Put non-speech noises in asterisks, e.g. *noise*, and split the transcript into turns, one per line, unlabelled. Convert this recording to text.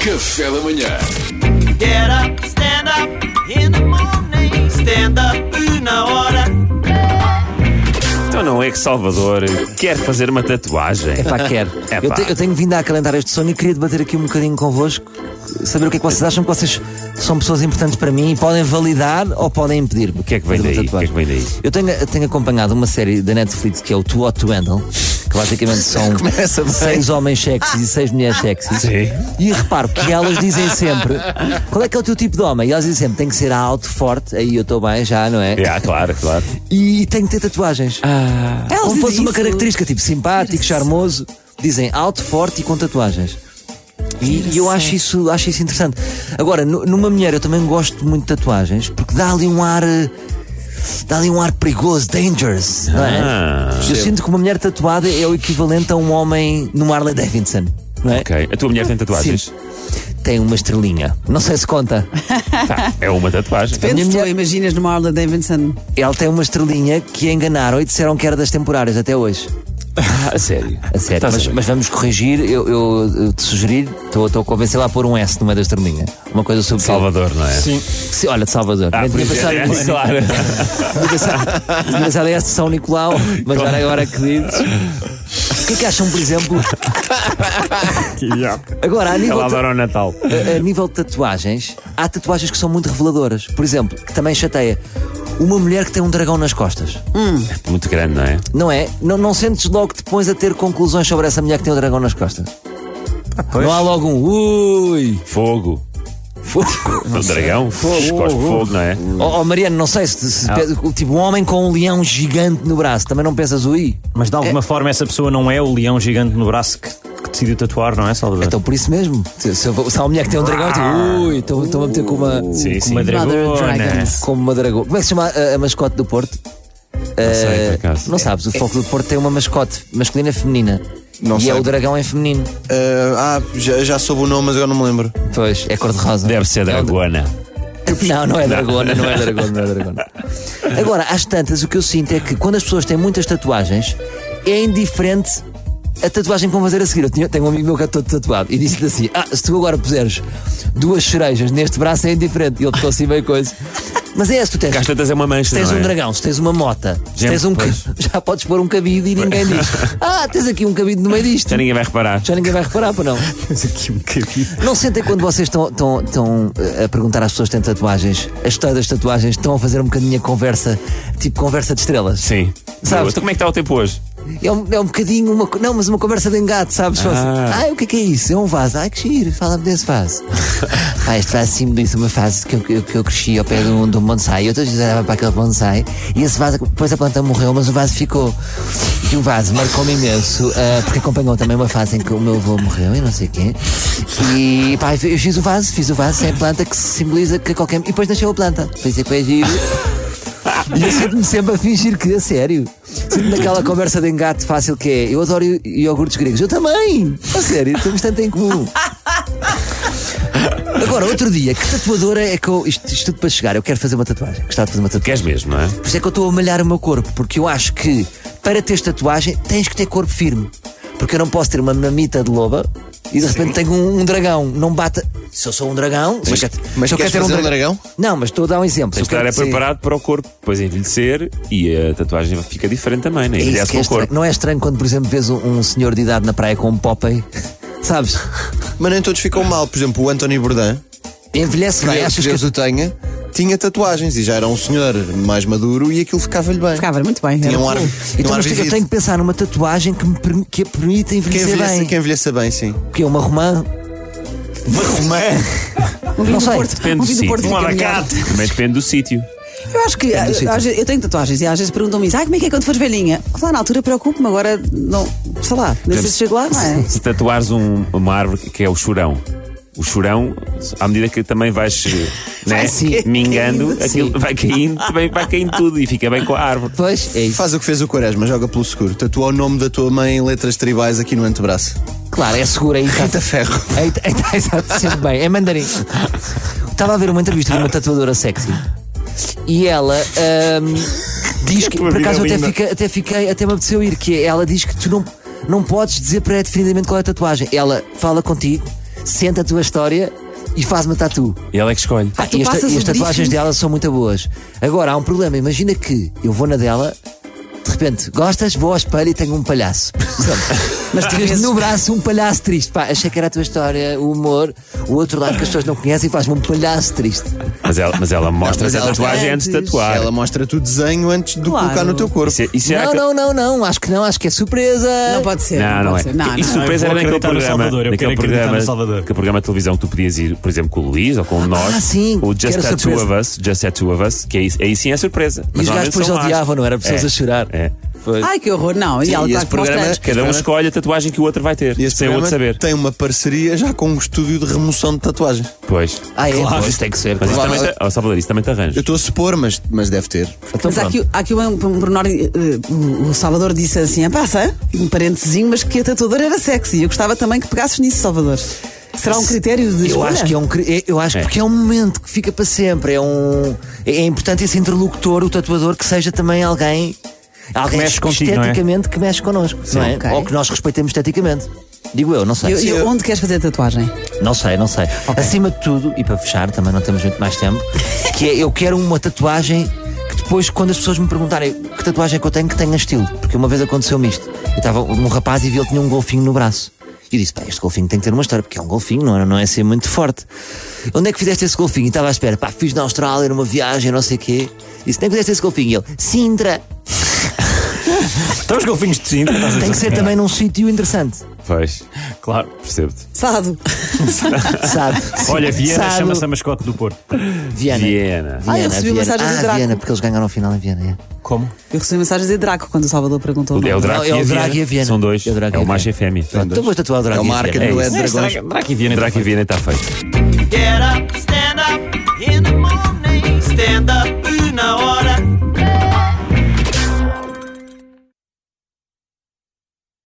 Café da manhã.
Get up, stand up in the morning. Stand up na hora.
Então não é que Salvador quer fazer uma tatuagem.
Pá, quero.
É
Eu,
pá.
te- eu tenho vindo a acalentar este sonho e queria debater aqui um bocadinho convosco, saber o que é que vocês acham que vocês são pessoas importantes para mim e podem validar ou podem impedir. O
que é que vem daí? O que é que vem daí?
Eu tenho, eu tenho acompanhado uma série da Netflix que é o Too Hot to Handle, que basicamente
*laughs*
são seis homens sexys e seis mulheres sexys.
Sim.
E reparo que elas dizem sempre qual é que é o teu tipo de homem? E elas dizem sempre tem que ser alto, forte, aí eu estou bem já, não é?
Ah, claro, claro.
E tem que ter tatuagens. Ah. Como fosse uma característica, tipo simpático, charmoso. Dizem alto, forte e com tatuagens. E, e eu acho isso, acho isso interessante. Agora, nu- numa mulher eu também gosto muito de tatuagens porque dá ali um ar. eh, Dá ali um ar perigoso, dangerous, não é?
Ah,
eu sinto que uma mulher tatuada é o equivalente a um homem no Harley Davidson, não é?
ok. A tua mulher tem tatuagens?
Sim. Tem uma estrelinha. Não sei se conta.
Tá, é uma tatuagem.
minha
Penso,
mulher-
tu imaginas numa Harley Davidson.
Ela tem uma estrelinha que a enganaram e disseram que era das temporárias até hoje.
a sério.
A sério,
Estás
Tá, mas,
a ver?
mas vamos corrigir, eu, eu, eu te sugerir, estou estou a convencê-la a pôr um S no meio da estrelinha. Uma coisa sobre.
Salvador, não é? Sim.
Sim, olha, de Salvador.
Ah,
Nem
por
tinha
isso,
pensado
é,
nisso.
claro.
Tinha pensado- tinha pensado em S de São Nicolau, mas agora, agora que dizes. O que é que acham, por exemplo? Agora, a nível,
Ela
de,
adora o Natal.
a- a nível de tatuagens, há tatuagens que são muito reveladoras. Por exemplo, que também chateia. Uma mulher que tem um dragão nas costas.
Muito grande, não é?
Não é? Não, não sentes logo depois a ter conclusões sobre essa mulher que tem o dragão nas costas?
Ah,
não há logo um ui.
Fogo. *laughs* Fogo. dragão. Fogo. Gosto de fogo, não é?
Oh, oh, Mariano, não sei se,
Ah.
se pe- tipo um homem com um leão gigante no braço, também não pensas ui?
Mas de
É.
alguma forma essa pessoa não é o leão gigante no braço que, que decidiu tatuar, não é, Salvador?
Então por isso mesmo, se, se, eu vou- se há uma mulher que tem um dragão,
Ah.
tipo, ui, estão estão a meter com uma
Sim,
Com
sim.
é
uma dragona.
Dragons.
como uma dragão. Como é que se chama a, a mascote do Porto?
Não sei, por
Eh,
acaso. É,
não sabes, o foco do Porto tem uma mascote masculina e feminina.
Não
e
sei.
é o dragão em feminino.
ah, já, já soube o nome, mas agora não me lembro.
Pois, é cor-de-rosa.
Deve ser
É o-
dragona.
Não, não é dragona, não é dragona, não é dragona. Agora, às tantas, o que eu sinto é que quando as pessoas têm muitas tatuagens, é indiferente a tatuagem que vão fazer a seguir. Eu tinha- tenho um amigo meu que é todo tatuado e disse-lhe assim: Ah, se tu agora puseres duas cerejas neste braço é indiferente. E ele ficou assim meio coisa. Mas é se tu tens.
Cá às tantas é uma mancha,
Se tens
não é?
um dragão, se tens uma mota, se
Já-
tens um ca-
pois.
*laughs* já podes pôr um cabide e ninguém diz: Ah, tens aqui um cabide no meio disto.
Já ninguém vai reparar.
Já ninguém vai reparar, para não? Não sentem quando vocês estão, estão, estão eh, a perguntar às pessoas que têm tatuagens, a história das tatuagens, estão a fazer um bocadinho a conversa, tipo conversa de estrelas?
Sim.
Sabes-
Então como é que está o tempo hoje?
É um, é um bocadinho uma. co- Não, mas uma conversa de engate, sabes? Ah. Ai, o que é que é isso? É um vaso. Ai, que giro, fala-me desse vaso. ah, este vaso simboliza uma fase que eu, que eu- que eu cresci ao pé de um, de um bonsai. Eu todos os dias olhava para aquele bonsai e esse vaso. Depois a planta morreu, mas o vaso ficou. E o vaso marcou-me imenso, ah, porque acompanhou também uma fase em que o meu avô morreu e não sei o quê. E pá, eu fiz o vaso, fiz o vaso sem planta que simboliza que a qualquer. E depois nasceu a planta. Foi isso é que foi giro. E eu sinto-me sempre a fingir que, a sério. Sinto-me naquela conversa de engate fácil que é: eu adoro i- iogurtes gregos. Eu também! A sério, temos tanto em comum. Agora, outro dia, que tatuadora é que eu. Isto, isto tudo para chegar, eu quero fazer uma tatuagem. Gostava de fazer uma tatuagem.
Queres mesmo, não é?
Por isso é que eu estou a malhar o meu corpo, porque eu acho que para teres tatuagem tens que ter corpo firme. Porque eu não posso ter uma mamita de loba e de repente tenho um, um dragão. Não bata. Se eu sou um dragão. se eu quero-
mas
se eu
queres
quero ter
fazer um dragão?
Não, mas estou a dar um exemplo. Se eu
Tens de estar
quero-
é
sim.
preparado para o corpo, depois envelhecer e a tatuagem fica diferente também, né?
É isso
Envelhece
que
com
é
o
estranho.
corpo.
Não é estranho quando, por exemplo, vês um, um senhor de idade na praia com um Popeye? *laughs* Sabes?
Mas nem todos ficam mal. Por exemplo, o Anthony Bourdain,
Envelhece
que
bem,
Deus,
achas
Deus
que.
o tenha, tinha tatuagens e já era um senhor mais maduro e aquilo ficava-lhe bem.
Ficava muito bem.
Tinha
era
um ar,
cool.
tinha um
Então,
ar
mas eu
vivido.
tenho que pensar numa tatuagem que me permi- que a permita
Quem
envelhecer
envelheça,
bem.
quem envelheça bem, sim.
Que é uma romã.
Um vinho
Não
do
sei.
Porto.
Depende
um vinho
do
do
sítio.
Porto fica melhor.
Também depende do sítio.
Eu acho que
do sítio.
às vezes- eu tenho tatuagens e às vezes perguntam-me isso, ah, como é que é quando fores velhinha? Lá na altura preocupo-me, agora não, sei lá, nem sei se chego lá, não é?
Se tatuares um- uma árvore que é o chorão. O chorão, à medida que também vais eh, né,
sim.
mingando,
Caindo,
aquilo vai caindo, também vai caindo tudo e fica bem com a árvore.
Pois, é isso.
Faz o que fez o Quaresma, joga pelo seguro. Tatua o nome da tua mãe em letras tribais aqui no antebraço.
Claro, é seguro aí.
*laughs*
Tá,
Quinta ferro.
aí, tá- aí tá exato, sempre bem. É mandarim. Estava a ver uma entrevista de uma tatuadora sexy. E ela ahm, diz que, por acaso, eu até, fica- até fiquei, até me apeteceu ir, que é, ela diz que tu não, não podes dizer pré-definidamente qual é a tatuagem. Ela fala contigo, sente a tua história e faz uma tatu.
E ela é que escolhe.
Ah,
tu
e
passas
e
o
as tatuagens
briefing.
dela são muito boas. Agora, há um problema. Imagina que eu vou na dela, de repente, gostas, vou ao espelho e tenho
*laughs*
um palhaço. Mas tinhas no braço um palhaço triste. Pá, achei que era a tua história, o humor, o outro lado que as pessoas não conhecem e faz-me um palhaço triste.
Mas ela, mas ela mostra
mas
a
ela-
tatuagem antes de
Antes.
tatuar.
Ela mostra-te o desenho antes de o
Claro.
colocar no teu corpo.
Isso, é- isso era
não,
aquele-
não, não, não. Acho que não. Acho que é surpresa.
Não pode ser.
Não, não
pode
é.
ser. Não,
e
não.
surpresa
Eu
era
vou
naquele
acreditar no
programa.
Salvador, eu
naquele
quero acreditar
programa,
no Salvador.
aquele programa de televisão que tu podias ir, por exemplo, com o Luís ou com nós.
Ah, sim,
O
que
Just
era
That Two
surpresa.
of Us. Just That Two of Us. Que aí, aí sim é surpresa.
E os
Mas
gajos
normalmente
depois
são más.
odiavam, não era? Pessoas
É.
a chorar.
É.
Ai, que horror. Não, e
Sim,
ela tá
e
está
esse programa-
constrangida.
Cada um
Programa-
escolhe a tatuagem que o outro vai ter.
E esse
sem o outro
programa
saber.
tem uma parceria já com um estúdio de remoção de tatuagem.
Pois.
Ah, é? Pois tem que ser.
Mas isso
claro.
também, te, oh, Salvador, isso também te
Eu
arranjo.
estou a supor, mas, mas deve ter.
Então
Mas há
pronto.
aqui, há aqui um, um pormenor. eh, eh, o Salvador disse assim: "Ah, passa, um parentezinho, mas que a tatuadora era sexy. Eu gostava também que pegasses nisso, Salvador. Será um critério de.
Eu
escolha?
acho que é um. cri- é- Eu acho
É.
porque é um momento que fica para sempre. É um. É importante esse interlocutor, o tatuador, que seja também alguém. Alguém
mexe contigo, não é?
esteticamente que mexe connosco, não é?
Ok.
Ou que nós respeitemos esteticamente. Digo eu, não sei.
Eu- eu- onde queres fazer a tatuagem?
Não sei, não sei. Acima de tudo, e para fechar, também não temos muito mais
*laughs*
tempo, que é eu quero uma tatuagem que depois, quando as pessoas me perguntarem que tatuagem é que eu tenho, que tenha estilo. Porque uma vez aconteceu-me isto. Eu estava um rapaz e vi ele tinha um golfinho no braço. E eu disse, pá, este golfinho tem que ter uma história, porque é um golfinho, não é, não é ser muito forte. Onde é que fizeste esse golfinho? E estava à espera, pá, fiz na Austrália, numa viagem, não sei o quê. Disse, nem fizeste esse golfinho. E ele, Sintra,
Então os golfinhos de cinto. estás
*laughs*
a
tem que
dizer.
ser também num sítio
*laughs*
interessante.
Pois.
Claro.
Percebo-te.
Sado.
Sabe?
Olha, Viena
Sabe?
chama-se a mascote do Porto.
Viana.
Viena.
Ah, eu
Viana,
recebi
Viana.
mensagens do
ah,
Draco.
Viana, porque eles ganharam a final em Viena, é.
Como?
Eu recebi mensagens de Draco quando o Salvador perguntou. o
É o
nome.
Drago
Não, é o
e a
Drago e a
Viena.
Viena.
São dois.
É o Drago
É
e
o
a
macho e a fêmea.
Então vou tatuar o Drago.
É uma
e a
marca
Viena.
do
É
Ed
isso.
Dragões.
Draco e Viena. tá
Drago e Viena está tá feito.
Get up, stand